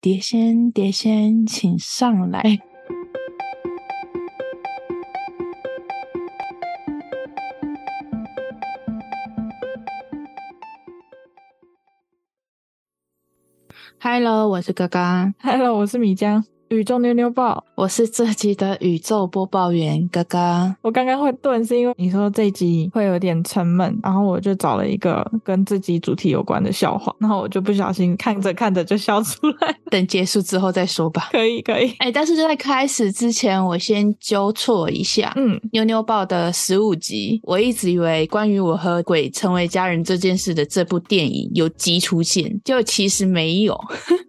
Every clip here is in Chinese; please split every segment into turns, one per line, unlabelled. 碟仙，碟仙，请上来。Hello，我是嘎嘎，
Hello，我是米江，宇宙妞妞报。
我是这集的宇宙播报员嘎嘎。
我刚刚会顿是因为你说这一集会有点沉闷，然后我就找了一个跟自己主题有关的笑话，然后我就不小心看着看着就笑出来。
等结束之后再说吧。
可以，可以，
哎、但是就在开始之前，我先纠错一下，
嗯，
妞妞报的十五集，我一直以为关于我和鬼成为家人这件事的这部电影有鸡出现，就其实没有。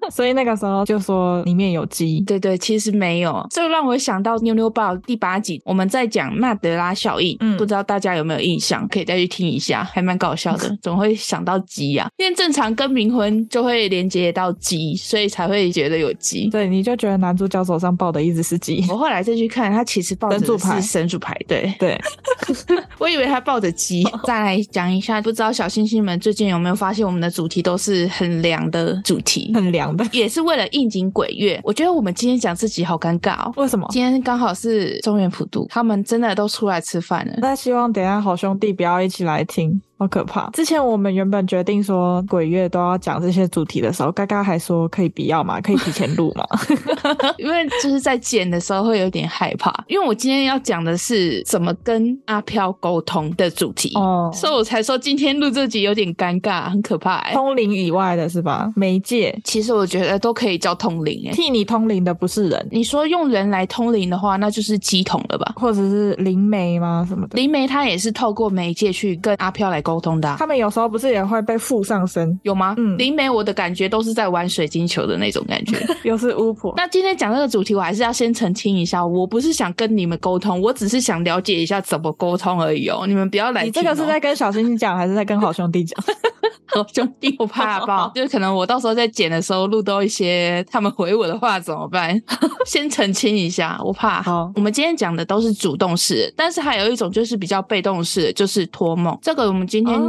所以那个时候就说里面有鸡，
对对，其实没有。这让我想到妞妞报第八集，我们在讲曼德拉效应，
嗯
不知道大家有没有印象，可以再去听一下，还蛮搞笑的。怎么会想到鸡呀、因为正常跟冥婚就会连接到鸡，所以才会觉得有鸡。
对，你就觉得男主角手上抱的一直是鸡，
我后来再去看，他其实抱着
神主
的
牌
是神主牌，对，
对，
我以为他抱着 鸡。再来讲一下，不知道小星星们最近有没有发现，我们的主题都是很凉的主题，
很凉的。
也是为了应景鬼月。我觉得我们今天讲自己好尴尬哦。
为什么？
今天刚好是中原普渡，他们真的都出来吃饭 了。
那希望等一下好兄弟不要一起来听，好可怕。之前我们原本决定说鬼月都要讲这些主题的时候，嘎嘎还说可以不要嘛，可以提前录嘛。
因为就是在剪的时候会有点害怕，因为我今天要讲的是怎么跟阿飘沟通的主题，
哦
所以我才说今天录这集有点尴尬，很可怕、欸。
通灵以外的是吧？媒介
其实我觉得都可以叫通灵诶、
替你通灵的不是人，
你说用人来通灵的话，那就是鸡桶了吧？
或者是灵媒吗？什么的？
灵媒她也是透过媒介去跟阿飘来沟通的啊、
他们有时候不是也会被附上 身，
有吗？
嗯
灵媒我的感觉都是在玩水晶球的那种感觉。
又是巫婆。
那今天讲这个主题，我还是要先澄清一下，我不是想跟你们沟通，我只是想了解一下怎么沟通而已哦。你们不要来、
你这个是在跟小星星讲，还是在跟好兄 弟讲？
和兄弟， 我怕 爆，就是可能我到时候在剪的时候录到一些他们回我的话怎么办？ 先澄清一下，我怕。
好
我们今天讲的都是主动式，但是还有一种就是比较被动式的，就是托梦。这个我们今天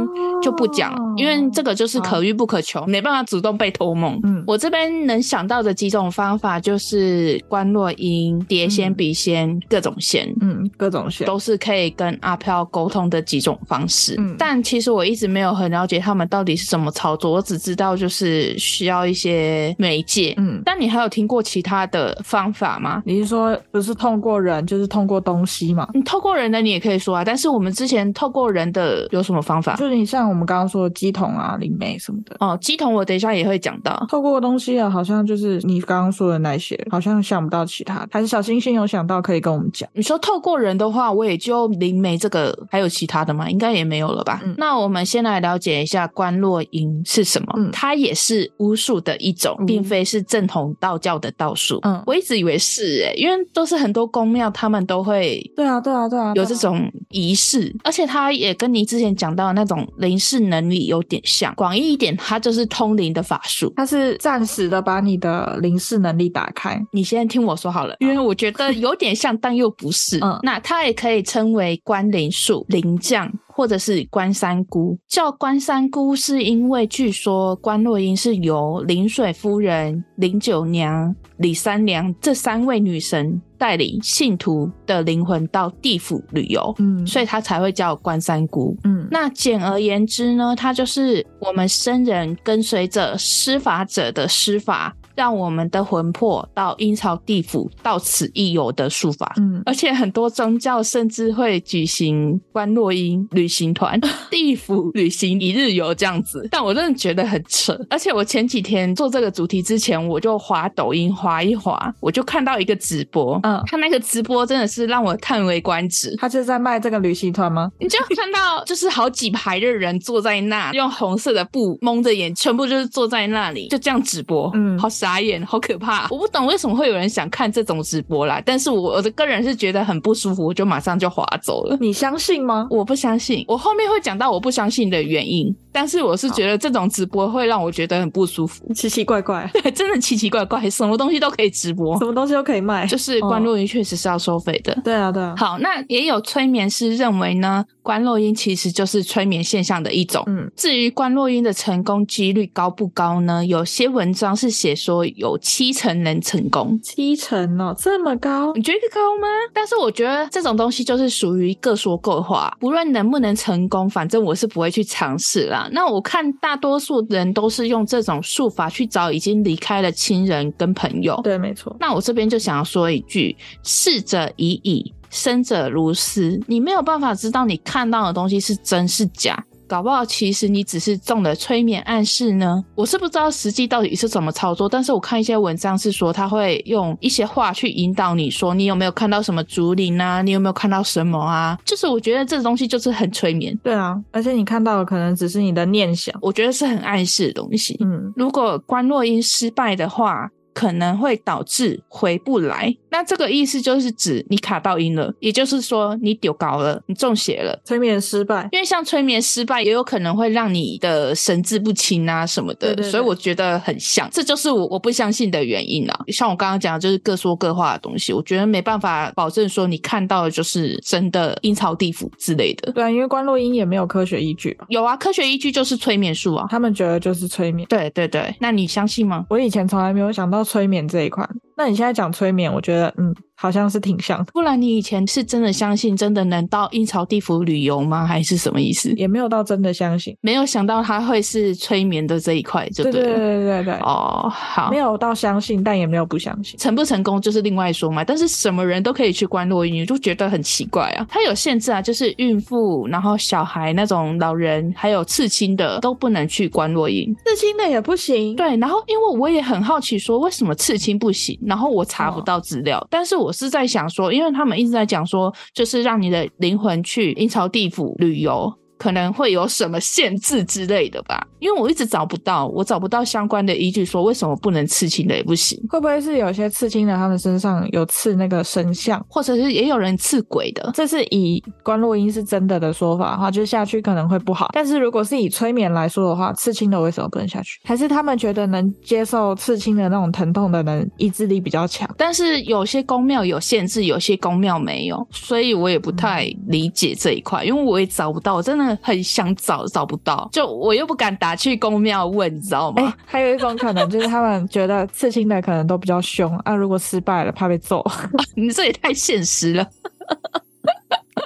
就不讲，
哦
因为这个就是可遇不可求，没办法主动被托梦。
嗯
我这边能想到的几种方法就是观落音、碟仙、
嗯
笔仙、各种仙。
嗯，各种选。
都是可以跟阿飘沟通的几种方式。
嗯
但其实我一直没有很了解他们到底是怎么操作，我只知道就是需要一些媒介。
嗯，
但你还有听过其他的方法吗？
你是说不是通过人，就是通过东西嘛？
你嗯透过人的你也可以说啊，但是我们之前透过人的有什么方法？
就是你像我们刚刚说的鸡桶啊、灵媒什么的，
哦，鸡桶我等一下也会讲到。
透过的东西啊，好像就是你刚刚说的那些，好像想不到其他的。还是小星星有想到可以跟我们讲。
你说透过人的话，我也就灵媒这个，还有其他的吗？应该也没有了吧。
嗯
那我们先来了解一下观落阴是什么。
嗯
它也是巫术的一种，
嗯
并非是正统道教的道术。
嗯
我一直以为是诶、因为都是很多宫庙他们都会。
对啊，对啊，对啊，
有
对
这
啊
种仪式，而且它也跟你之前讲到的那种灵视能力有点像。广义一点，它就是通灵的法术。
它是暂时的把你的灵视能力打开。
你先听我说好了，因为我觉得有点像，但又不是。
嗯
那它也可以称为关灵术、灵将。或者是关山姑，叫关山姑是因为据说关洛英是由灵水夫人、灵九娘、李三娘这三位女神带领信徒的灵魂到地府旅游，
嗯
所以她才会叫关山姑。
嗯，
那简而言之呢，它就是我们生人跟随着施法者的施法，让我们的魂魄到阴曹地府到此一游的术法。
嗯，
而且很多宗教甚至会举行观落阴旅行团、 地府旅行一日游这样子，但我真的觉得很扯。而且我前几天做这个主题之前，我就滑抖音滑一滑，我就看到一个直播，
嗯
他那个直播真的是让我叹为观止。
他就是在卖这个旅行团吗？
你就看到就是好几排的人坐在那，用红色的布蒙着眼，全部就是坐在那里，就这样直播，
嗯
好傻眼，好可怕。我不懂为什么会有人想看这种直播啦，但是我我的个人是觉得很不舒服，我就马上就划走了。
你相信吗？
我不相信，我后面会讲到我不相信的原因，但是我是觉得这种直播会让我觉得很不舒服，
奇奇怪怪，
真的奇奇怪怪，什么东西都可以直播
什，么东西都可以卖。
就是关
哦
洛云确实是要收费的。
对啊，对啊。
好，那也有催眠师认为呢，观落阴其实就是催眠现象的一种。
嗯
至于观落阴的成功几率高不高呢？有些文章是写说说有七成能成功。
七成哦，这么高
你觉得高吗？但是我觉得这种东西就是属于各说各话，不论能不能成功，反正我是不会去尝试啦。那我看大多数人都是用这种术法去找已经离开了亲人跟朋友。
对，没错，
那我这边就想要说一句：逝者已矣，生者如斯。你没有办法知道你看到的东西是真是假，搞不好其实你只是中了催眠暗示呢。我是不知道实际到底是怎么操作，但是我看一些文章是说他会用一些话去引导你说你有没有看到什么竹林啊，你有没有看到什么啊？就是我觉得这东西就是很催眠，
对啊，而且你看到的可能只是你的念想，
我觉得是很暗示的东西。
嗯，
如果关洛音失败的话，可能会导致回不来。那这个意思就是指你卡到音了，也就是说你丢高了，你中邪了。
催眠失败，
因为像催眠失败，也有可能会让你的神志不清啊什么的，
对对对
所以我觉得很像，这就是我我不相信的原因啊。像我刚刚讲的，就是各说各话的东西，我觉得没办法保证说你看到的就是真的阴曹地府之类的。
对啊，因为关洛音也没有科学依据吧，
有啊，科学依据就是催眠术啊。
他们觉得就是催眠。
对对对，那你相信吗？
我以前从来没有想到催眠这一块，那你现在讲催眠，我觉得嗯，好像是挺像的，
不然你以前是真的相信真的能到阴曹地府旅游吗？还是什么意思？
也没有到真的相信。
没有想到它会是催眠的这一块，就
对对
了。
对对对对，
哦，好
没，有到相信，但也没有不相信。
成不成功就是另外说嘛。但是什么人都可以去关落音，我就觉得很奇怪啊。它有限制啊，就是孕妇、然后小孩那种老人，还有刺青的都不能去关落音。
刺青的也不行，
对，然后因为我也很好奇，说为什么刺青不行，然后我查不到资料，但是我是在想说，因为他们一直在讲说，就是让你的灵魂去阴曹地府旅游。可能会有什么限制之类的吧，因为我一直找不到，我找不到相关的依据，说为什么不能刺青的也不行，
会不会是有些刺青的他们身上有刺那个神像？
或者是也有人刺鬼的，
这是以关洛音是真的的说法的话，就是下去可能会不好。但是如果是以催眠来说的话，刺青的为什么不能下去？还是他们觉得能接受刺青的那种疼痛的人意志力比较强？
但是有些宫庙有限制，有些宫庙没有，所以我也不太
嗯
理解这一块，因为我也找不到，我真的很想找，找不到，就我又不敢打去宫庙问，你知道
哎、
吗？
还有一种可能就是他们觉得刺青的可能都比较凶啊，如果失败了怕被揍。
你这也太现实了。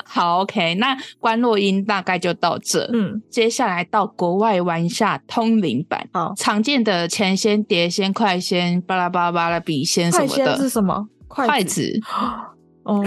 好，OK，那关洛音大概就到这，
嗯，
接下来到国外玩一下通灵版。
好，
常见的前仙、碟仙、快仙、巴拉巴拉巴拉、笔仙什
快
么
仙是
的，
什么？筷
筷
子。
子，
哦，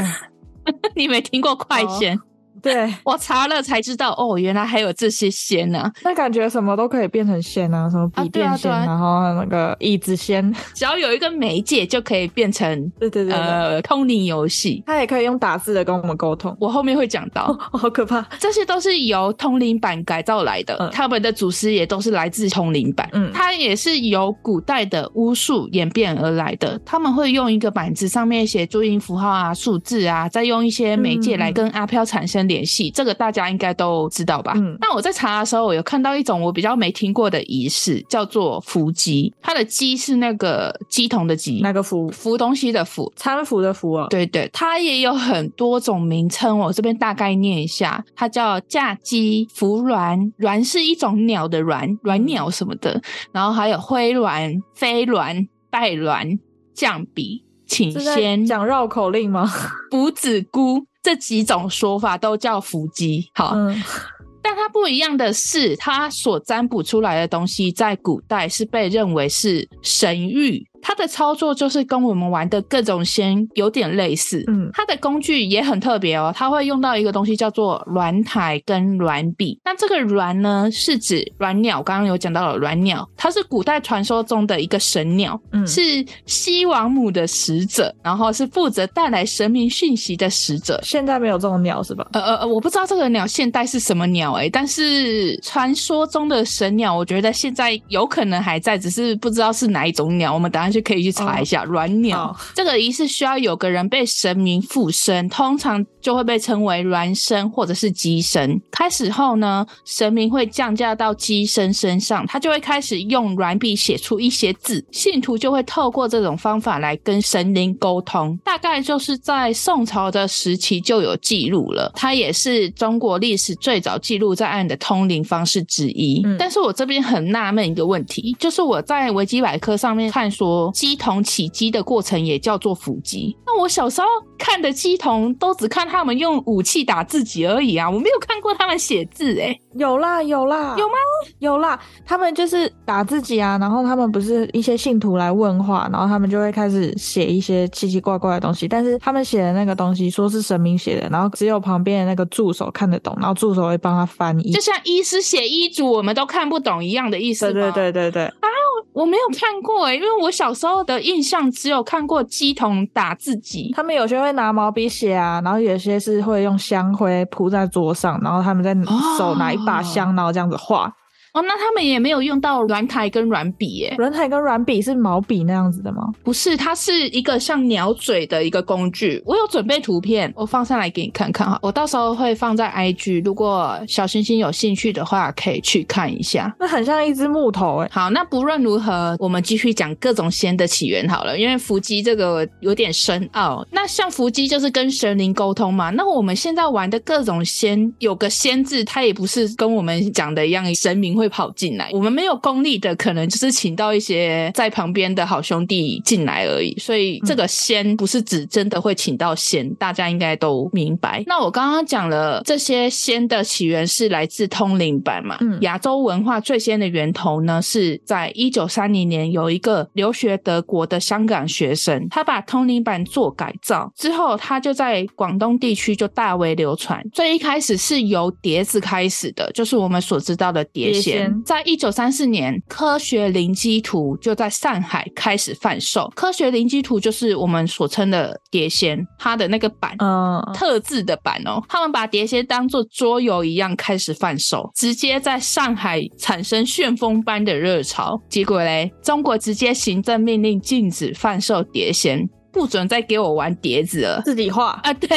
你没听过快
哦
仙？
对，
我查了才知道，哦，原来还有这些仙呢、
那感觉什么都可以变成仙啊，什么笔
啊对啊
变仙，
对啊
然后那个椅 子仙，
只要有一个媒介就可以变成
对对对对
呃通灵游戏。
他也可以用打字的跟我们沟通。
我后面会讲到，
好可怕！
这些都是由通灵版改造来的，
嗯
他们的祖师也都是来自通灵版，
嗯
它也是由古代的巫术演变而来的。他们会用一个板子上面写注音符号啊、数字啊，再用一些媒介
嗯
来跟阿飘产生联系，这个大家应该都知道吧？
嗯
那我在查的时候，我有看到一种我比较没听过的仪式，叫做伏击，它的鸡是那个鸡同的鸡，
那个符，
扶东西的扶，
搀扶的扶哦。
对对，它也有很多种名称，我这边大概念一下，它叫嫁鸡、孵鸾，鸾是一种鸟的鸾，鸾
嗯
鸟什么的，然后还有灰鸾、飞鸾、拜鸾、降笔、请
是在
仙、
讲绕口令吗？
补子菇这几种说法都叫伏鸡。好，
嗯，
但它不一样的是，它所占卜出来的东西，在古代是被认为是神谕。它的操作就是跟我们玩的各种仙有点类似，
嗯
它的工具也很特别哦，它会用到一个东西叫做卵台跟卵笔。那这个卵呢，是指卵鸟，刚刚有讲到了卵鸟，它是古代传说中的一个神鸟，
嗯
是西王母的使者，然后是负责带来神明讯息的使者。
现在没有这种鸟是吧？
呃呃，呃，我不知道这个鸟现代是什么鸟诶、但是传说中的神鸟，我觉得现在有可能还在，只是不知道是哪一种鸟。我们等一下去可以去查一下鸾鸟。
哦
这个仪式需要有个人被神明附身，通常就会被称为鸾身或者是鸡身。开始后呢，神明会降驾到鸡身身上，他就会开始用软笔写出一些字，信徒就会透过这种方法来跟神灵沟通。大概就是在宋朝的时期就有记录了，它也是中国历史最早记录在案的通灵方式之一。
嗯
但是我这边很纳闷一个问题，就是我在维基百科上面看说，鸡童起鸡的过程也叫做伏击。那我小时候看的鸡童都只看他们用武器打自己而已啊，我没有看过他们写字哎、
有啦有啦，
有吗？
有啦，他们就是打自己啊，然后他们不是一些信徒来问话，然后他们就会开始写一些奇奇怪怪的东西，但是他们写的那个东西说是神明写的，然后只有旁边的那个助手看得懂，然后助手会帮他翻译
就。像医师写医嘱我们都看不懂一样的意思
对
吗？
对对对对，
我没有看过诶、欸因为我小时候的印象只有看过鸡童打自己。
他们有些会拿毛笔写啊，然后有些是会用香灰铺在桌上，然后他们在
哦
手拿一把香，然后这样子画。
哦，那他们也没有用到软台跟软笔欸耶、
轮台跟软笔是毛笔那样子的吗？
不是，它是一个像鸟嘴的一个工具。我有准备图片，我放上来给你看看哈。我到时候会放在 IG，如果小星星有兴趣的话，可以去看一下。
那很像一只木头哎、
好，那不论如何，我们继续讲各种仙的起源好了，因为伏击这个有点深奥。那像伏击就是跟神灵沟通嘛，那我们现在玩的各种仙，有个仙字，它也不是跟我们讲的一样，神明会跑进来。我们没有功力的，可能就是请到一些在旁边的好兄弟进来而已。所以这个仙不是指真的会请到仙，大家应该都明白。那我刚刚讲了，这些仙的起源是来自通灵版嘛？
嗯
亚洲文化最先的源头呢，是在一九三零年有一个留学德国的香港学生，他把通灵板做改造之后，他就在广东地区就大为流传。最一开始是由碟子开始的，就是我们所知道的碟
碟
仙
仙。
在一九三四年，科学灵机图就在上海开始贩售。科学灵机图就是我们所称的碟仙，它的那个板
嗯，
特制的版哦，他们把碟仙当做桌游一样开始贩售，直接在上海产生旋风般的热潮。结果嘞，中国直接行政命令禁止贩售碟仙，不准再给我玩碟子了。
自己画。
啊，对，就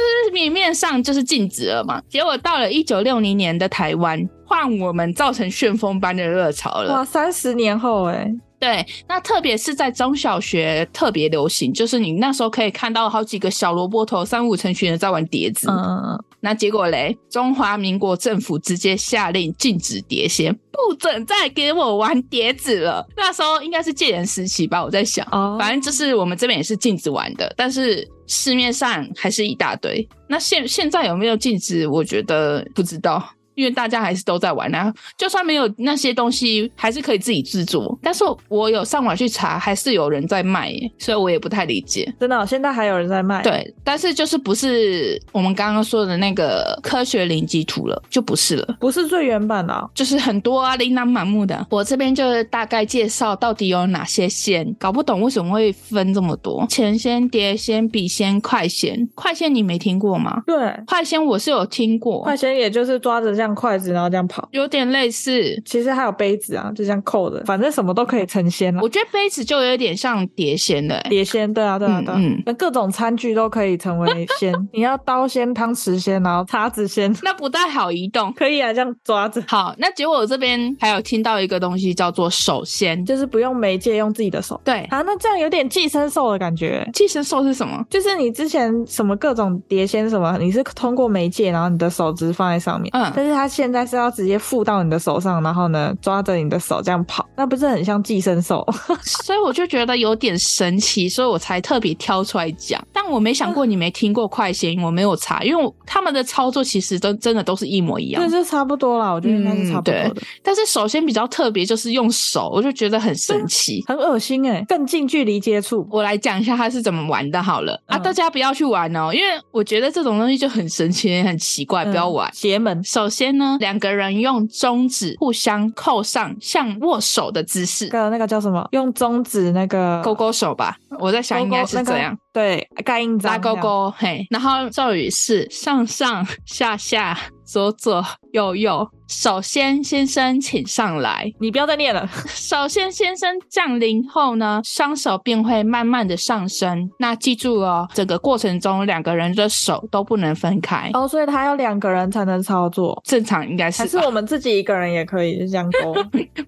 是明面上就是禁止了嘛，结果到了一九六零年的台湾，换我们造成旋风般的热潮了。
哇，三十年后哎、
对，那特别是在中小学特别流行，就是你那时候可以看到好几个小萝卜头三五成群的在玩碟子。
嗯，
那结果嘞，中华民国政府直接下令禁止碟仙，不准再给我玩碟子了。那时候应该是戒严时期吧，我在想。
哦，
反正就是我们这边也是禁止玩的，但是市面上还是一大堆。那现现在有没有禁止？我觉得不知道。因为大家还是都在玩啊，就算没有那些东西，还是可以自己制作。但是我有上网去查，还是有人在卖耶，所以我也不太理解。
真的哦、现在还有人在卖。，
对，但是就是不是我们刚刚说的那个科学零基图了，就不是了。
不是最原版的哦、
就是很多啊，琳琅满目的。我这边就是大概介绍到底有哪些仙，搞不懂为什么会分这么多。前仙、碟仙、笔仙、快仙，快仙你没听过吗？
对，
快仙我是有听过，
快钱也就是抓着像筷子，然后这样跑。
有点类似。
其实还有杯子啊，就这样扣的，反正什么都可以成仙了
我。觉得杯子就有点像嗯碟仙了、欸。
碟仙，对啊，对啊，
嗯
对
嗯
啊，那各种餐具都可以成为仙。 你要刀仙、汤匙仙，然后叉子仙，
那不太好移动。
可以啊，这样抓着，
好，那结果我这边还有听到一个东西叫做手仙，
就是不用媒介，用自己的手。
对，
啊，那这样有点寄生兽的感觉、欸
寄生兽是什么？
就是你之前什么各种碟仙什么，你是通过媒介，然后你的手指放在上面，
嗯
但是它现在是要直接附到你的手上，然后呢抓着你的手这样跑，那不是很像寄生兽？
所以我就觉得有点神奇，所以我才特别挑出来讲。但我没想过你没听过快仙，我没有查，因为我他们的操作其实都真的都是一模一样
对，。就差不多啦，我觉得应该是差不多
嗯
的，
但是首先比较特别就是用手，我就觉得很神奇。
很恶心哎、更近距离接触。
我来讲一下它是怎么玩的好了啊，
嗯
大家不要去玩哦，因为我觉得这种东西就很神奇、很奇怪，不要玩
嗯。邪门，
首先呢，两个人用中指互相扣上像握手的姿势，
跟那个叫什么？用中指那个
勾勾手吧，我在想应该
勾
是
勾那
这
个
样。
对，盖印章
拉勾
这样，
勾，嘿，然后咒语是上上下下左左有有，首先先生请上来，
你不要再 念了。
首先先生降临后呢，双手便会慢慢的上升。那记住哦，整个过程中两个人的手都不能分开，
哦，所以他要两个人才能操作，
正常应该是
还是
吧
我们自己一个人也可以就这样勾，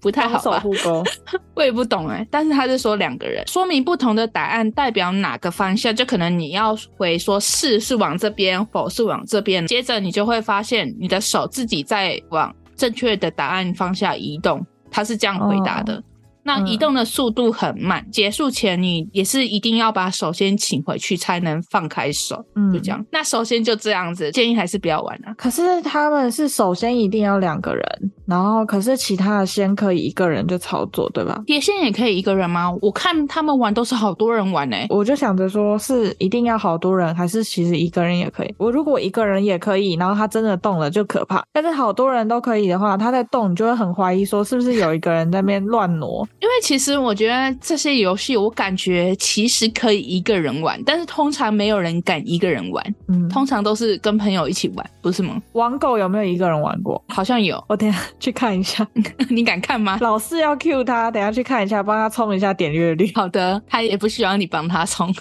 不 太
双
好
手
吧？
互 勾。
我也不懂哎、但是他是说两个人，说明不同的答案代表哪个方向，就可能你要回说是是往这边，否是往这边，接着你就会发现你的手自己在往正确的答案方向移动，他是这样回答的。那移动的速度很慢，结束前你也是一定要把手先请回去，才能放开手，
嗯
就这样。那首先就这样子，建议还是不要玩啊了、
可是他们是首先一定要两个人，然后可是其他的先可以一个人就操作，对吧？
碟仙也可以一个人吗？我看他们玩都是好多人玩哎、
我就想着说，是一定要好多人，还是其实一个人也可以？我如果一个人也可以，然后他真的动了就可怕。但是好多人都可以的话，他在动，你就会很怀疑说是不是有一个人在那边乱挪？
因为其实我觉得这些游戏，我感觉其实可以一个人玩，但是通常没有人敢一个人玩，
嗯，
通常都是跟朋友一起玩，不是吗？
网狗有没有一个人玩过？
好像有，
我等一下 去看一下，
你敢看吗？
老是要 Q 他，等一下去看一下，帮他冲一下点阅率。
好的，他也不需要你帮他 冲。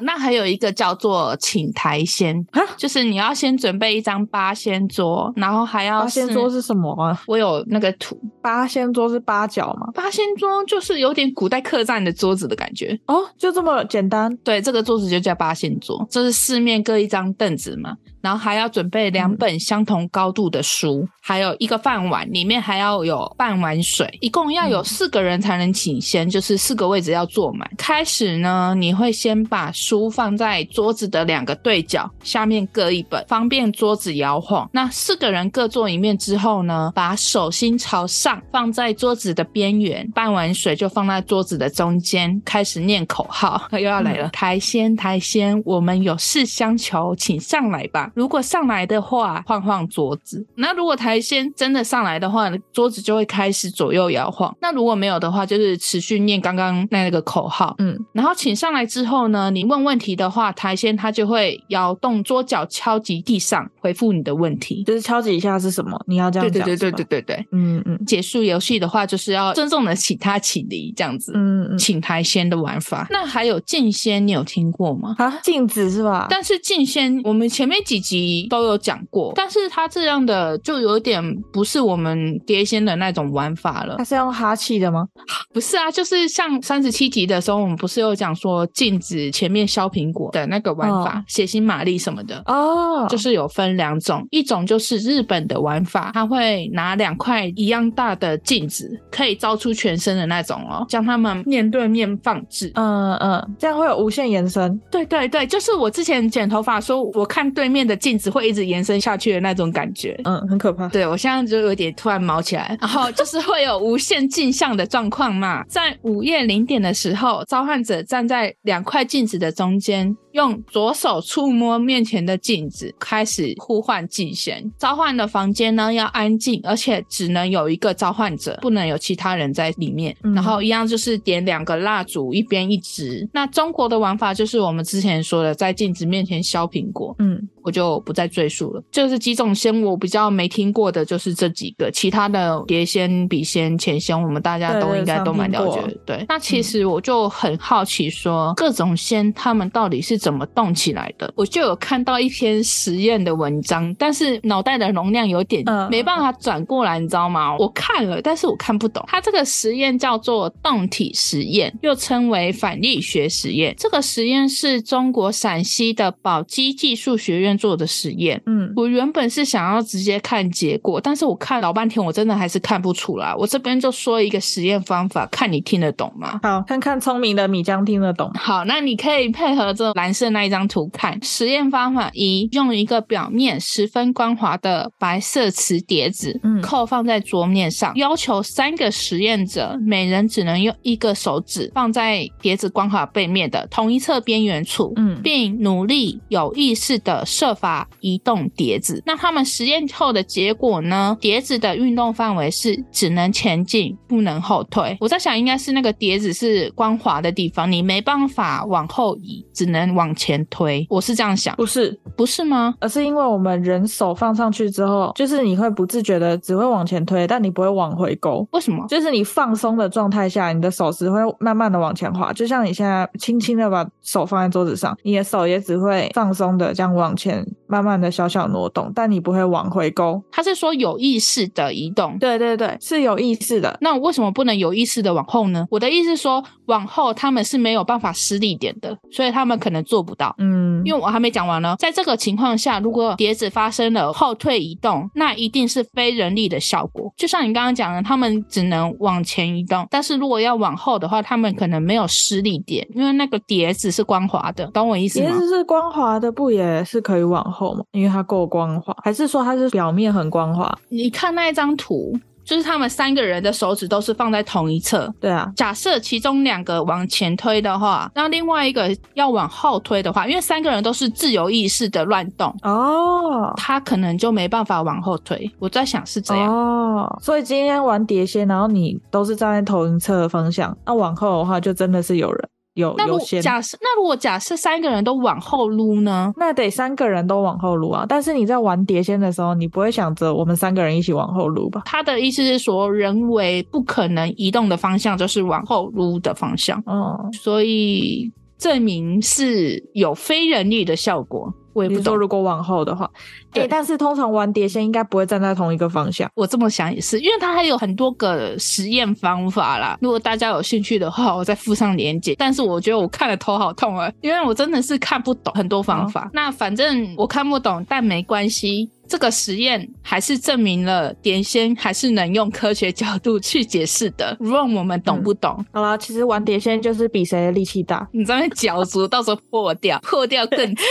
那还有一个叫做请台仙
啊，
就是你要先准备一张八仙桌，然后还要
八仙
是
桌是什么啊？
我有那个图，
八仙桌是八角吗？
八仙桌就是有点古代客栈的桌子的感觉。
哦，就这么简单。
对，这个桌子就叫八仙桌，这是四面各一张凳子嘛，然后还要准备两本相同高度的书，还有一个饭碗，里面还要有半碗水，一共要有
嗯
四个人才能请先，就是四个位置要坐满。开始呢，你会先把书放在桌子的两个对角下面各一本，方便桌子摇晃。那四个人各坐一面之后呢，把手心朝上放在桌子的边缘，半碗水就放在桌子的中间，开始念口号， 又要来了。台仙，台仙，我们有事相求，请上来吧。如果上来的话，晃晃桌子；那如果台仙真的上来的话，桌子就会开始左右摇晃。那如果没有的话，就是持续念刚刚那个口号。
嗯，
然后请上来之后呢，你问问题的话，台仙他就会摇动桌角敲击地上，回复你的问题。
就是敲几下是什么？你要这样
对
讲。
对对对
是吧
对。对对。
嗯嗯
结束游戏的话，就是要尊重的请他起离这样子，
嗯嗯。
请台仙的玩法。那还有剑仙，你有听过吗？
啊，镜子是吧？
但是敬仙，我们前面几集都有讲过，但是它这样的就有点不是我们碟仙的那种玩法了
他。是用哈气的吗？
不是啊，就是像三十七集的时候，我们不是有讲说禁止前面削苹果的那个玩法，血腥玛丽什么的。
哦，
就是有分两种，一种就是日本的玩法，它会拿两块一样大的镜子，可以照出全身的那种哦，将它们面对面放置。
嗯嗯，这样会有无限延伸。
对对对，就是我之前剪头发说，我看对面的镜子会一直延伸下去的那种感觉。
嗯，很可怕。
对，我现在就有点突然毛起来，然后就是会有无限镜像的状况嘛。在午夜零点的时候，召唤者站在两块镜子的中间，用左手触摸面前的镜子，开始呼唤镜弦。召唤的房间呢要安静，而且只能有一个召唤者，不能有其他人在里面。
嗯
然后一样就是点两个蜡烛，一边一直。那中国的玩法就是我们之前说的，在镜子面前削苹果。
嗯，
我就不再赘述了。就是几种仙，我比较没听过的就是这几个，其他的碟仙、笔仙、钱仙，我们大家都
对对
应该都蛮了解
常
的
听。
对，那
嗯
其实我就很好奇说，各种仙他们到底是怎么动起来的？我就有看到一篇实验的文章，但是脑袋的容量有点
嗯
没办法转过来，你知道吗？我看了，但是我看不懂。它这个实验叫做动体实验，又称为反力学实验。这个实验是中国陕西的宝鸡技术学院做的实验。
嗯
我原本是想要直接看结果，但是我看老半天，我真的还是看不出来。我这边就说一个实验方法，看你听得懂吗？
好，看看聪明的米江听得懂。
好，那你可以配合着蓝色那一张图看。实验方法一，用一个表面十分光滑的白色瓷碟子，
嗯
扣放在桌面上，要求三个实验者每人只能用一个手指放在碟子光滑背面的同一侧边缘处，
嗯
并努力有意识的设法移动碟子。那他们实验后的结果呢？碟子的运动范围是只能前进，不能后退。我在想，应该是那个碟子是光滑的地方，你没办法往后移，只能往前推。我是这样想，
不是，
不是吗？
而是因为我们人手放上去之后，就是你会不自觉的只会往前推，但你不会往回勾。
为什么？
就是你放松的状态下，你的手只会慢慢的往前滑，就像你现在轻轻的把手放在桌子上，你的手也只会放松的这样往前，慢慢的小小挪动，但你不会往回勾。
他是说有意识的移动。
对对对，是有意识的。
那为什么不能有意识的往后呢？我的意思是说，往后他们是没有办法施力点的，所以他们可能做不到。
嗯，
因为我还没讲完呢，在这个情况下，如果碟子发生了后退移动，那一定是非人力的效果。就像你刚刚讲的，他们只能往前移动，但是如果要往后的话，他们可能没有施力点，因为那个碟子是光滑的，懂我意思
碟
吗？
子是光滑的，不也是可以往后吗？因为它够光滑，还是说它是表面很光滑？
你看那一张图，就是他们三个人的手指都是放在同一侧。
对啊，
假设其中两个往前推的话，那另外一个要往后推的话，因为三个人都是自由意识的乱动，
哦。
他可能就没办法往后推。我在想是这样。
哦，所以今天玩碟仙，然后你都是站在投影侧的方向，那、往后的话就真的是有人有
那如
有
果
仙，
假设，那如果假设三个人都往后撸呢？
那得三个人都往后撸啊。但是你在玩碟仙的时候，你不会想着我们三个人一起往后撸吧？
他的意思是说，人为不可能移动的方向就是往后撸的方向，
嗯，
所以证明是有非人力的效果。我也
你
不
说
懂，
如果往后的话，哎、
对
但是通常玩碟仙应该不会站在同一个方向。
我这么想也是，因为它还有很多个实验方法啦。如果大家有兴趣的话，我再附上链接。但是我觉得我看了头好痛啊，因为我真的是看不懂很多方法。那反正我看不懂，但没关系。这个实验还是证明了点仙还是能用科学角度去解释的，无论我们懂不懂。
好啦，其实玩碟仙就是比谁的力气大。
你在那边角逐，到时候破掉，破掉更惨。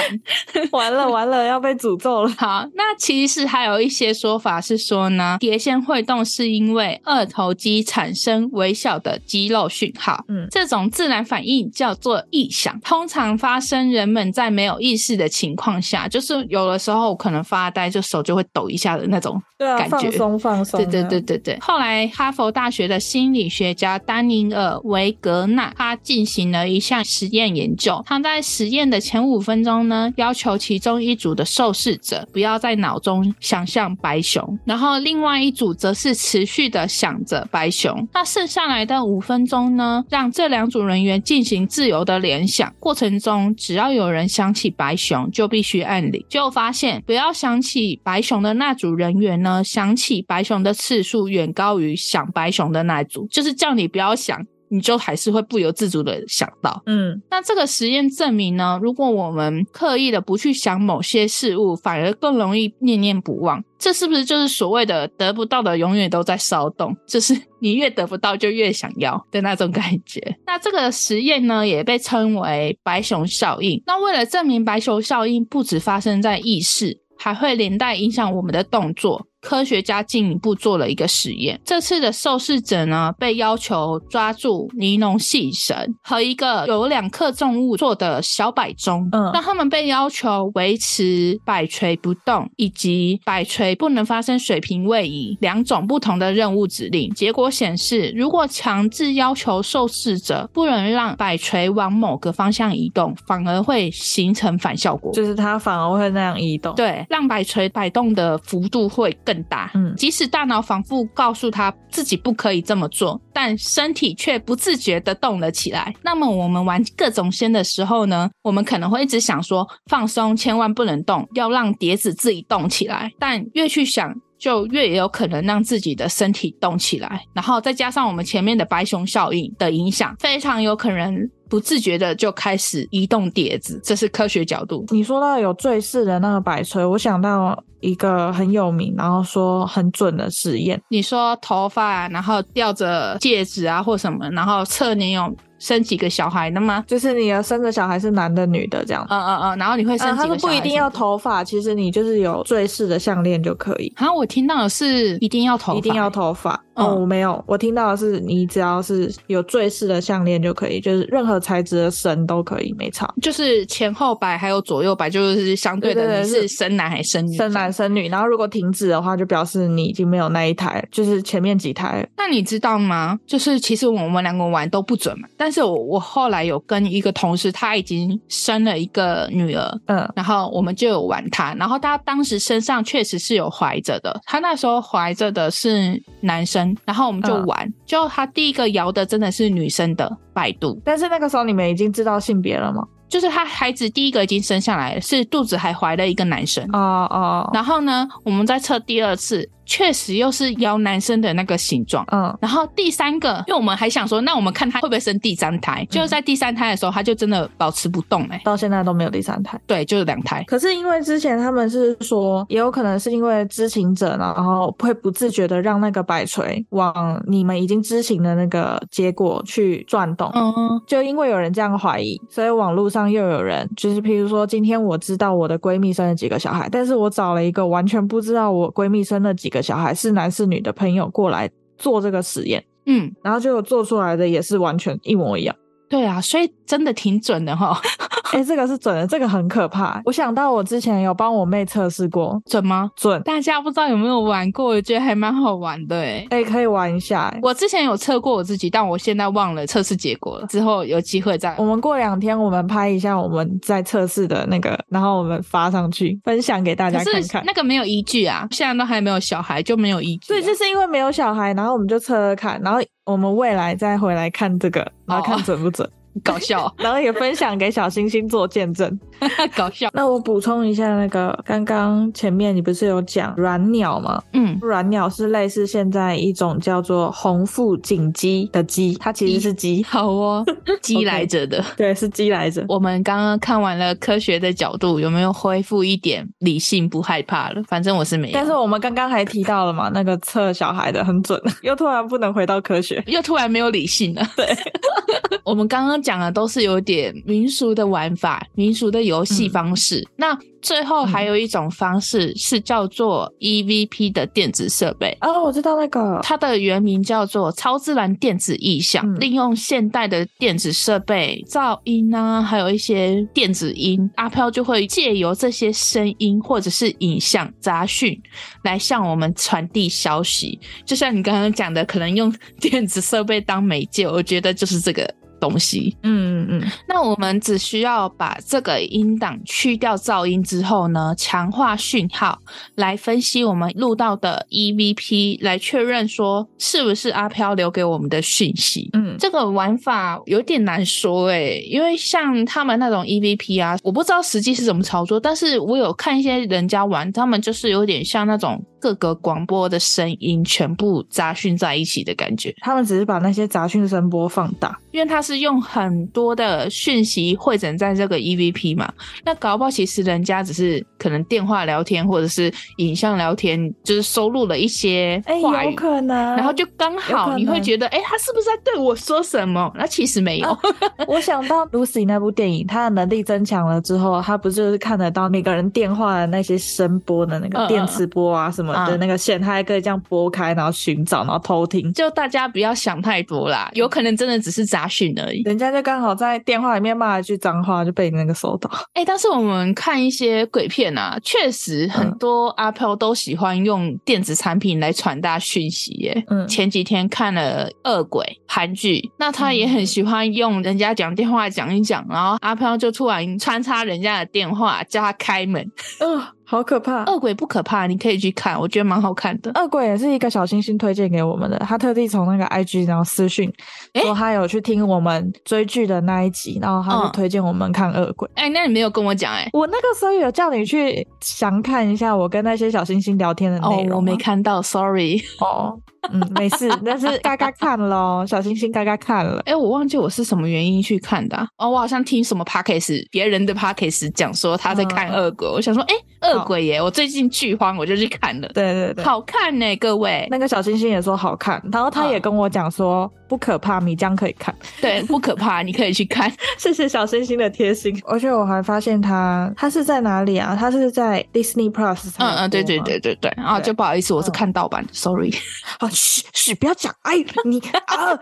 完了完了，要被诅咒了。
好，那其实还有一些说法是说呢，碟仙会动是因为二头肌产生微小的肌肉讯号。
嗯
这种自然反应叫做异响，通常发生人们在没有意识的情况下，就是有的时候可能发呆，就手就会抖一下的那种
对啊，
感
放
觉
松放松。
对对对，对对。后来，哈佛大学的心理学家丹尼尔·维格纳，他进行了一项实验研究。他在实验的前五分钟呢，要求其中一组的受试者不要在脑中想象白熊，然后另外一组则是持续的想着白熊。那剩下来的五分钟呢，让这两组人员进行自由的联想。过程中，只要有人想起白熊，就必须按铃。就发现，不要想起白熊的那组人员呢，想起白熊的次数远高于想白熊的那一组，就是叫你不要想。你就还是会不由自主的想到。
嗯，
那这个实验证明呢，如果我们刻意的不去想某些事物，反而更容易念念不忘。这是不是就是所谓的得不到的永远都在骚动？就是 你越得不到就越想要的那种感觉。那这个实验呢，也被称为白熊效应。那为了证明白熊效应不只发生在意识，还会连带影响我们的动作。科学家进一步做了一个实验，这次的受试者呢被要求抓住尼龙细绳和一个有两克重物做的小摆钟，
嗯
那他们被要求维持摆锤不动，以及摆锤不能发生水平位移两种不同的任务指令。结果显示，如果强制要求受试者不能让摆锤往某个方向移动，反而会形成反效果。
就是它反而会那样移动。，
对，让摆锤摆动的幅度会更大。
嗯
即使大脑反复告诉他自己不可以这么做，但身体却不自觉地动了起来。那么我们玩各种仙的时候呢，我们可能会一直想说放松，千万不能动，要让碟子自己动起来。但越去想。就越有可能让自己的身体动起来，然后再加上我们前面的白熊效应的影响，非常有可能不自觉的就开始移动碟子。这是科学角度。
你说到有坠饰的那个摆锤，我想到一个很有名，然后说很准的实验。
啊你说头发，然后吊着戒指啊或什么，然后测你有生几个小孩的吗？
就是你的生的小孩是男的女的这样。
嗯嗯嗯，然后你会生
啊，
几个
他
小
们
孩？
不一定要。头发，其实你就是有坠饰的项链就可以，
好像我听到的是一定要头发，
一定要头发。
嗯
哦，我没有，我听到的是你只要是有坠饰的项链就可以，就是任何材质的绳都可以，没差。
就是前后摆还有左右摆，就是相对
对对
的
对
你是生男还是生女？
生男。生女，然后如果停止的话，就表示你已经没有那一台，就是前面几台
那你知道吗？就是其实我们两个玩都不准嘛，但是我我后来有跟一个同事，他已经生了一个女儿，
嗯，
然后我们就有玩它，然后他当时身上确实是有怀着的，他那时候怀着的是男生，然后我们就
嗯
玩，就他第一个摇的真的是女生的百度，
但是那个时候你们已经知道性别了吗？
就是他孩子第一个已经生下来了，是肚子还怀了一个男生，
哦哦，
然后呢，我们再测第二次，确实又是摇男生的那个形状。
嗯，
然后第三个，因为我们还想说，那我们看他会不会生第三
嗯
胎？就是在第三胎的时候，他就真的保持不动哎、
到现在都没有第三台。
对，就是两胎。
可是因为之前他们是说，也有可能是因为知情者呢，然后会不自觉的让那个摆锤往你们已经知情的那个结果去转动。
嗯，
就因为有人这样怀疑，所以网络上又有人，就是譬如说，今天我知道我的闺蜜生了几个小孩，但是我找了一个完全不知道我闺蜜生了几个小孩是男是女的朋友过来做这个实验，
嗯，
然后结果做出来的也是完全一模一样。
对啊，所以真的挺准的哈，
哎、这个是准的，这个很可怕。我想到我之前有帮我妹测试过，
准吗？
准。
大家不知道有没有玩过？我觉得还蛮好玩的哎、
哎、可以玩一下、诶
我之前有测过我自己，但我现在忘了测试结果了。之后有机会再
我们过两天我们拍一下我们在测试的那个，然后我们发上去分享给大家
可
看
是
看。
那个没有依据啊，现在都还没有小孩就没有依据、
所
啊。
以就是因为没有小孩，然后我们就测测看，然后我们未来再回来看这个，然后看准不 准，
搞笑，
然后也分享给小星星做见证。
搞笑。
那我补充一下，那个刚刚前面你不是有讲软鸟吗？
嗯，
软鸟是类似现在一种叫做红腹锦鸡的鸡，它其实是鸡，
好哦，鸡来着的。
对，是鸡来着。
我们刚刚看完了科学的角度，有没有恢复一点理性，不害怕了？反正我是没有。
但是我们刚刚还提到了嘛，那个测小孩的很准， 又突然不能回到科学。
又突然没有理性了。对， 我们刚刚讲的都是有点民俗的玩法、民俗的游戏方式。那最后还有一种方式是叫做 EVP 的电子设备。
哦，我知道那个，
它的原名叫做超自然电子意象，
嗯
利用现代的电子设备、噪音啊，还有一些电子音，阿飘就会借由这些声音或者是影像杂讯来向我们传递消息。就像你刚刚讲的，可能用电子设备当媒介，我觉得就是这个东西。
嗯嗯嗯，
那我们只需要把这个音档去掉噪音之后呢，强化讯号来分析我们录到的 EVP，来确认说是不是阿飘留给我们的讯息。
嗯，
这个玩法有点难说诶、因为像他们那种 EVP 啊，我不知道实际是怎么操作，但是我有看一些人家玩，他们就是有点像那种各个广播的声音全部杂讯在一起的感觉。
他们只是把那些杂讯声波放大。
因为它是用很多的讯息汇整在这个 EVP 嘛，那搞不好其实人家只是可能电话聊天或者是影像聊天，就是收录了一些
哎、
话
有
语，
可能。
然后就刚
有可
好
能
你会觉得，哎、他是不是在对我说什么？那其实没有，
啊 我想 到 Lucy 那部电影，她的能力增强了之后，她不就是看得到每个人电话的那些声波的那
嗯
个
嗯
电磁波啊什么的
嗯
那个线，她还可以这样拨开，然后寻找，然后偷听。
就大家不要想太多啦，有可能真的只是杂讯而已。
人家就刚好在电话里面骂了一句脏话，就被你那个收到。
哎、但是我们看一些鬼片啊，确实很
嗯
多阿飘都喜欢用电子产品来传达讯息耶。
嗯
前几天看了《恶鬼》韩剧，那他也
嗯
很喜欢用人家讲电话讲一讲，然后阿飘就突然穿插人家的电话，叫他开门。
嗯、 好可怕。
恶鬼不可怕，你可以去看，我觉得蛮好看的。
恶鬼也是一个小星星推荐给我们的，他特地从那个 IG 然后私讯
诶
说他有去听我们追剧的那一集，然后他就
嗯
推荐我们看恶鬼。
哎、那你没有跟我讲哎、
我那个时候有叫你去详看一下我跟那些小星星聊天的
哦
内容、，
我没。看到，sorry。
哦，嗯，没 事，但是嘎嘎看咯，小星星嘎嘎看了。
哎、我忘记我是什么原因去看的啊、哦，我好像听什么 podcast 别人的 podcast 讲说他在看
嗯
《恶鬼》我想说，哎、恶鬼》耶，我最近剧荒，我就去看了，
对对对，
好看呢、各位。
那个小星星也说好看，然后他也跟我讲说，不可怕，米江可以 看。
对，不可怕，你可以去 看。
谢谢小星星的贴心。
而且我还发现它，它是在哪里啊？它是在 Disney Plus 上。
嗯嗯，对对对，对对啊，
对
就不好意思，我是
嗯
看盗版的，sorry，
好，嘘嘘，不要讲，哎，你啊，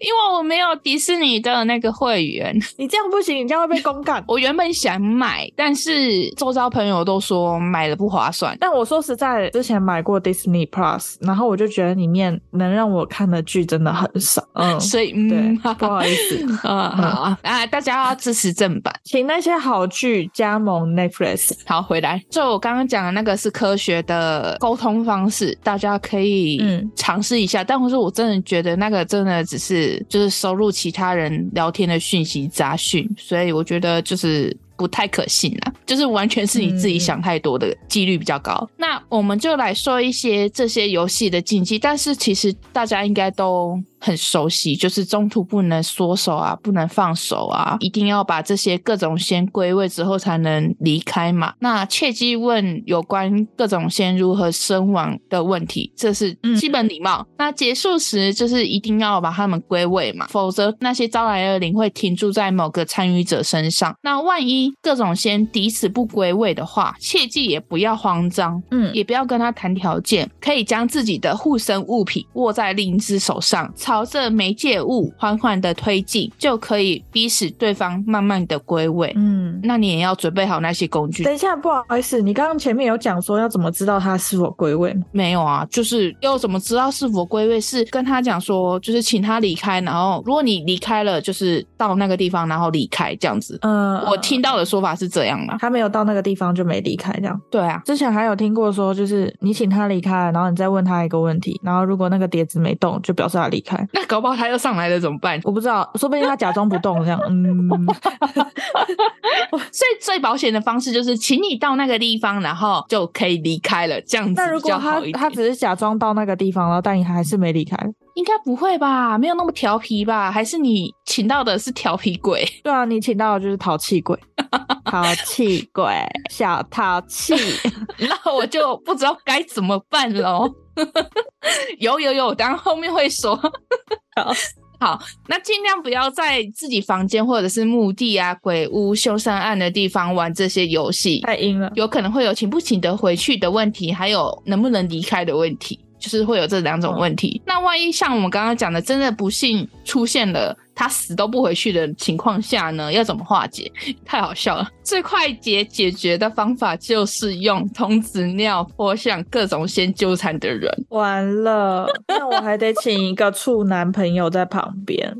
因为我没有迪士尼的那个会员。
你这样不行，你这样会被公干。
我原本想买，但是周遭朋友都说买了不划算。
但我说实在，之前买过 Disney Plus，然后我就觉得里面能让我看的剧真的很少。嗯，
所以，
对
嗯，，
不好意思，
啊，好啊，啊，大家要支持正版。
请那些好剧加盟 Netflix。
好，回来，就我刚刚讲的那个是科学的沟通方式，大家可以
嗯
尝试一下。但是我真的觉得那个真的只是就是收录其他人聊天的讯息杂讯，所以我觉得就是。不太可信啦，就是完全是你自己想太多的几率比较高。那我们就来说一些这些游戏的禁忌，但是其实大家应该都很熟悉，就是中途不能缩手啊，不能放手啊，一定要把这些各种先归位之后才能离开嘛。那切记问有关各种先如何身亡的问题，这是
嗯
基本礼貌。那结束时就是一定要把他们归位嘛，否则那些招来的灵会停驻在某个参与者身上。那万一各种先抵死不归位的话，切记也不要慌张，
嗯
也不要跟他谈条件，可以将自己的护身物品握在另一只手上，朝着媒介物缓缓的推进，就可以逼使对方慢慢的归位。
嗯，
那你也要准备好那些工具。
等一下，不好意思，你刚刚前面有讲说要怎么知道它是否归位吗？
没有啊，就是要怎么知道是否归位？是跟他讲说，就是请他离开，然后如果你离开了，就是到那个地方，然后离开这样子。
嗯，
我听到的说法是这样啦。
他没有到那个地方就没离开，这样。
对啊，
之前还有听过说，就是你请他离开，然后你再问他一个问题，然后如果那个碟子没动，就表示他离开。
那搞不好他又上来了怎么办？
我不知道，说不定他假装不动这样。嗯，
所以最保险的方式就是，请你到那个地方，然后就可以离开了，这样子
那如
比
果
较
他
好一
他
点。
只是假装到那个地方，然后但你还是没离开，
应该不会吧？没有那么调皮吧？还是你请到的是调皮鬼？
对啊，你请到的就是淘 气鬼，淘气鬼，小淘 气。
那我就不知道该怎么办喽。 有有有，当然后面会说。
好
好，那尽量不要在自己房间或者是墓地啊、鬼屋、修缮案的地方玩这些游戏，
太阴了，
有可能会有请不请得回去的问题，还有能不能离开的问题，就是会有这两种问题。那万一像我们刚刚讲的，真的不幸出现了他死都不回去的情况下呢，要怎么化解？太好笑了！最快捷解决的方法就是用童子尿泼向各种先纠缠的人。
完了，那我还得请一个处男朋友在旁边。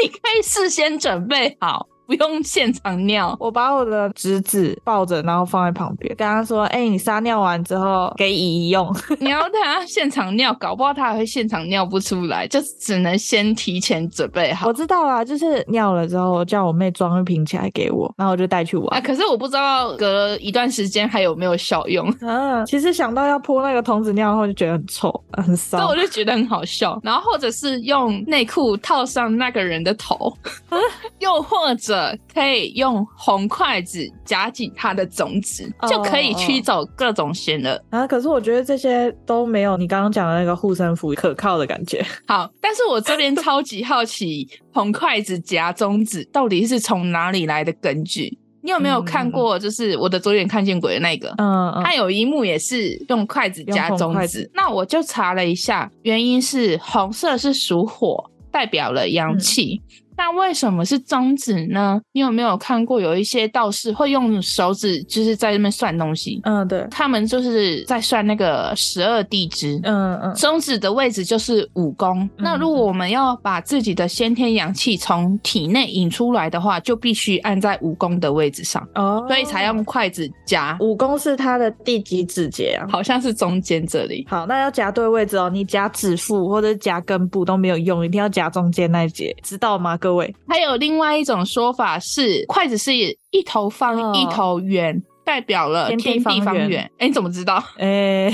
你可以事先准备好，不用现场尿。
我把我的侄子抱着，然后放在旁边，跟他说：“哎、你撒尿完之后给姨姨用。
你要他现场尿，搞不好他还会现场尿不出来，就只能先提前准备”好
我。知道啦，就是尿了之后叫我妹装一瓶起来给我，然后我就带去
啊，
玩。
可是我不知道隔一段时间还有没有效用，
啊，其实想到要泼那个童子尿后，就觉得很臭，很
所以
骚
我。就觉得很好笑。然后或者是用内裤套上那个人的头， 又或者可以用红筷子夹紧他的种子，
哦
就可以驱走各种嫌了。
啊，可是我觉得这些都没有你刚刚讲的那个护身符可靠的感觉。
好，但是我这边超级好奇，红筷子夹中指到底是从哪里来的根据？你有没有看过？就是我的左眼看见鬼的那个，
嗯嗯，
它有一幕也是用筷子夹
用
中
筷
指
子，
那我就查了一下，原因是红色是属火，代表了阳气。那为什么是中指呢？你有没有看过有一些道士会用手指，就是在那边算东西？
嗯，对，
他们就是在算那个十二地支。
嗯嗯，
中指的位置就是五宫。嗯那如果我们要把自己的先天阳气从体内引出来的话，就必须按在五宫的位置上，
哦，
所以才用筷子夹。
武功是他的第几指节啊？
好像是中间这里。
好，那要夹对位置哦，你夹指腹或者夹根部都没有用，一定要夹中间那一节，知道吗， 各位？
还有另外一种说法是，筷子是一头方
哦
一头圆，代表了
天地
天地
方
方
圆
圆。哎，你怎么知道？
哎、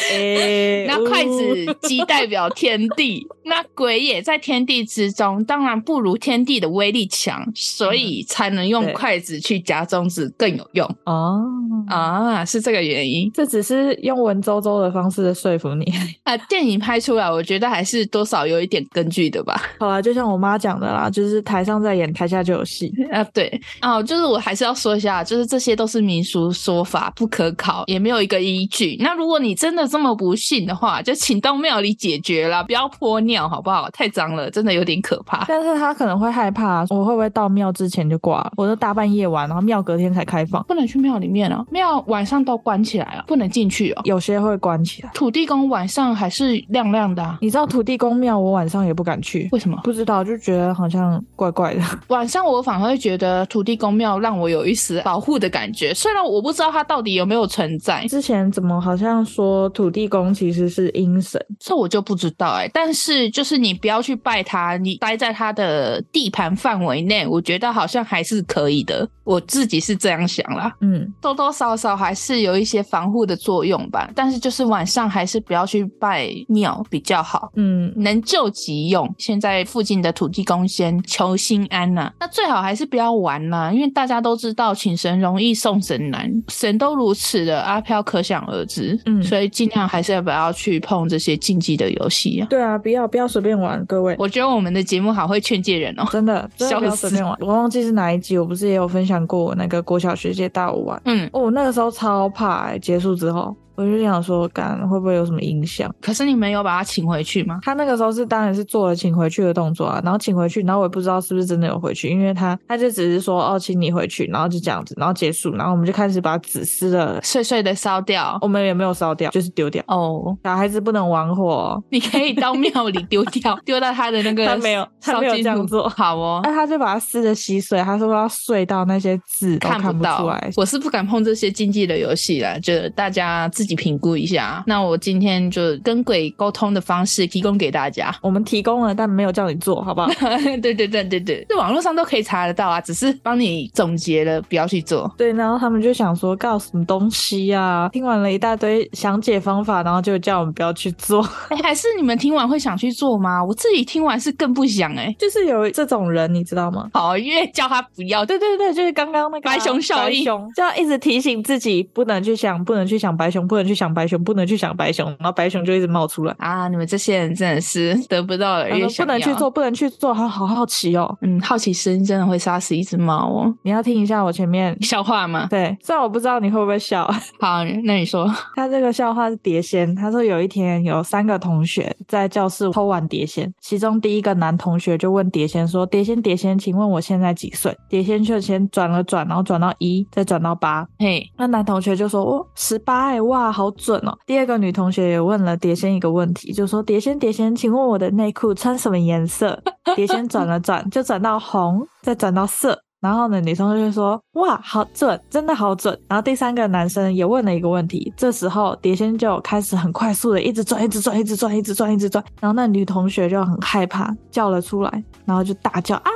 哎
那筷子鸡代表天地， 那鬼也在天地之中，当然不如天地的威力强，所以才能用
对
筷子去夹粽子更有用
哦啊，
啊，是这个原因
这只是用文绉绉的方式说服你。
啊。电影拍出来，我觉得还是多少有一点根据的吧。
好啦，就像我妈讲的啦，就是台上在演，台下就有戏。
啊，对哦，就是我还是要说一下，就是这些都是民俗说法，不可考，也没有一个依据。那如果你真的这么不信的话，就请到庙里解决啦，不要泼尿好不好？太脏了，真的有点可怕。
但是她可能会害怕，我会不会到庙之前就挂了？我都大半夜玩，然后庙隔天才开放，
不能去庙里面哦，庙晚上都关起来了，不能进去哦。
有些会关起来。
土地公晚上还是亮亮的、啊，
你知道土地公庙，我晚上也不敢去，
为什么？
不知道就觉得好像怪怪的。
晚上我反而会觉得土地公庙让我有一丝保护的感觉，虽然我不知道它到底有没有存在，
之前怎么好像说土地公其实是阴神？
这我就不知道哎、但是就是你不要去拜他，你待在他的地盘范围内，我觉得好像还是可以的。我自己是这样想啦，
嗯，
多多少少还是有一些防护的作用吧。但是就是晚上还是不要去拜庙比较好。
嗯，
能救急用，现在附近的土地公先求心安呐、那最好还是不要玩啦、因为大家都知道请神容易送神难，神都如此的，阿飘可想而知。
嗯
所以尽量还是不要去碰这些禁忌的游戏啊。
对啊，不要不要随便玩，各位。
我觉得我们的节目好会劝诫人哦。
真的，真的不
笑
要
死
随便玩。我忘记是哪一集，我不是也有分享过我那个国小学姐带我玩。
嗯，
哦，我那个时候超怕、欸，结束之后我就想说，干会不会有什么影响？
可是你们有把他请回去吗？
他那个时候是当然是做了请回去的动作啊，然后请回去，然后我也不知道是不是真的有回去，因为他他就只是说哦，请你回去，然后就这样子，然后结束，然后我们就开始把纸撕了，
碎碎的烧掉
我们也没有烧掉，就是丢掉。
哦，
小孩子不能玩火、哦，
你可以到庙里丢掉，丢到他的那个
他没有他
烧
没有
金
这样
炉
做
好哦
那、。他就把它撕的稀碎，他说要碎到那些字都
看
看不
到
出来。
我是不敢碰这些竞技的游戏啦，就大家自己评估一下。那我今天就跟鬼沟通的方式提供给大家。
我们提供了，但没有叫你做好不好？
对对对对对，这网络上都可以查得到啊，只是帮你总结了，不要去做。
对，然后他们就想说，告什么东西呀、听完了一大堆详解方法，然后就叫我们不要去做。
哎，还是你们听完会想去做吗？我自己听完是更不想哎、
就是有这种人，你知道吗？
好，哦因为叫他不要，对
对对对，就是刚刚那个啊、
白熊效应
白熊就要一直提醒自己，不能去想，不能去想白熊，不能去想白熊，不能去想白熊，然后白熊就一直冒出来。
啊，你们这些人真的是得不到了，
他
越
说不
想
能去
要。
做，不能去做，好好好奇哦。
嗯，好奇心真的会杀死一只猫哦。
你要听一下我前面，
笑话吗？
对，虽然我不知道你会不会笑，
好，那你说，
他这个笑话是碟仙。他说有一天有三个同学在教室偷玩碟仙，其中第一个男同学就问碟仙说：“碟仙，碟仙，请问我现在几岁？”碟仙就先转了转，然后转到一，再转到八。
嘿，
那男同学就说：“哦，十八哎，哇，好准哦。”第二个女同学也问了碟仙一个问题，就说：“碟仙，碟仙，请问我的内裤穿什么颜色？”碟仙转了转，就转到红，再转到色。然后呢，女同学就说：“哇，好准，真的好准。”然后第三个男生也问了一个问题，这时候碟仙就开始很快速的一直转，一直转，一直转，一直转，一直转。然后那女同学就很害怕，叫了出来，然后就大叫啊！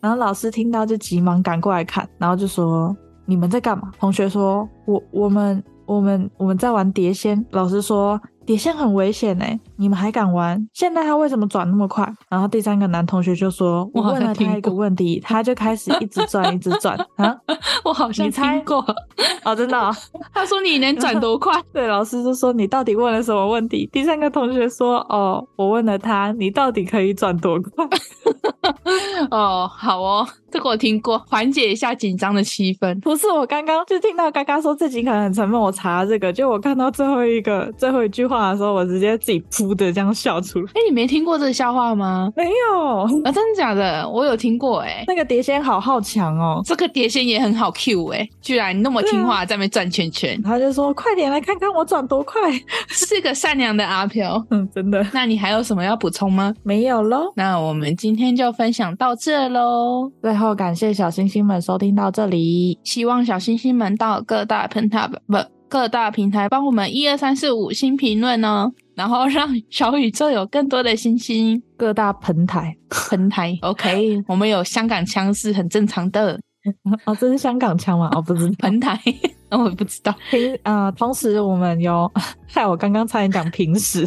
然后老师听到就急忙赶过来看，然后就说：“你们在干嘛？”同学说：“我我们我们我们在玩碟仙。”老师说：“碟仙很危险哎、你们还敢玩？现在他为什么转那么快？”然后第三个男同学就说：“
我
我
好
问
像
了
听
他一个
过
问题，他就开始一直转，一直转啊！
我好像
你猜
听过。
哦，真的哦、
他说你能转多 快？
对，老师就说你到底问了什么问题？第三个同学说：哦，我问了他，你到底可以转多快？。
哦，好哦，这个我听过，缓解一下紧张的气氛
不是，我刚刚就听到刚刚说自己可能很沉闷，我查了这个，就我看到最后一个 最后一句话的时候，我直接自己噗的这样笑出来。
哎，你没听过这个笑话吗？
没有，
啊，真的假的？我有听过哎、
那个碟仙好好强哦。，
这个碟仙也很好 Q 哎、居然那么听话，在那边转圈圈
他就说：“快点来看看我转多快。
是个善良的阿飘”。
嗯，真的
那你还有什么要补充吗？
没有喽。
那我们今天就分享到这喽。
最后感谢小星星们收听到这里，
希望小星星们到各大平台不各大平台帮我们一二三四五星评论哦，然后让小宇宙有更多的星星。
各大盆台
喷台。OK，我们有香港腔是很正常的。
哦，这是香港腔吗？哦，不知 道。
盆台， 我不知道。
平呃，同时我们有， 害我刚刚差点讲平 时。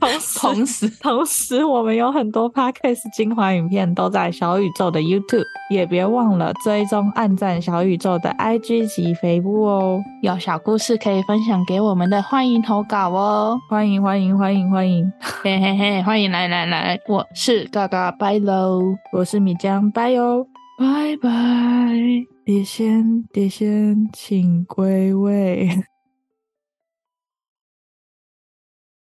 同时，
同时，
同时我们有很多 podcast 精华影片都在小宇宙的 YouTube，也别忘了追踪、按赞小宇宙的 IG 及肥布哦。
有小故事可以分享给我们的，欢迎投稿哦！
欢迎，欢迎，欢迎，欢迎！
嘿嘿嘿，欢迎来来来，我是嘎嘎，拜喽，
我是米江，拜哦哟，
拜拜。
碟仙，碟仙，请归位。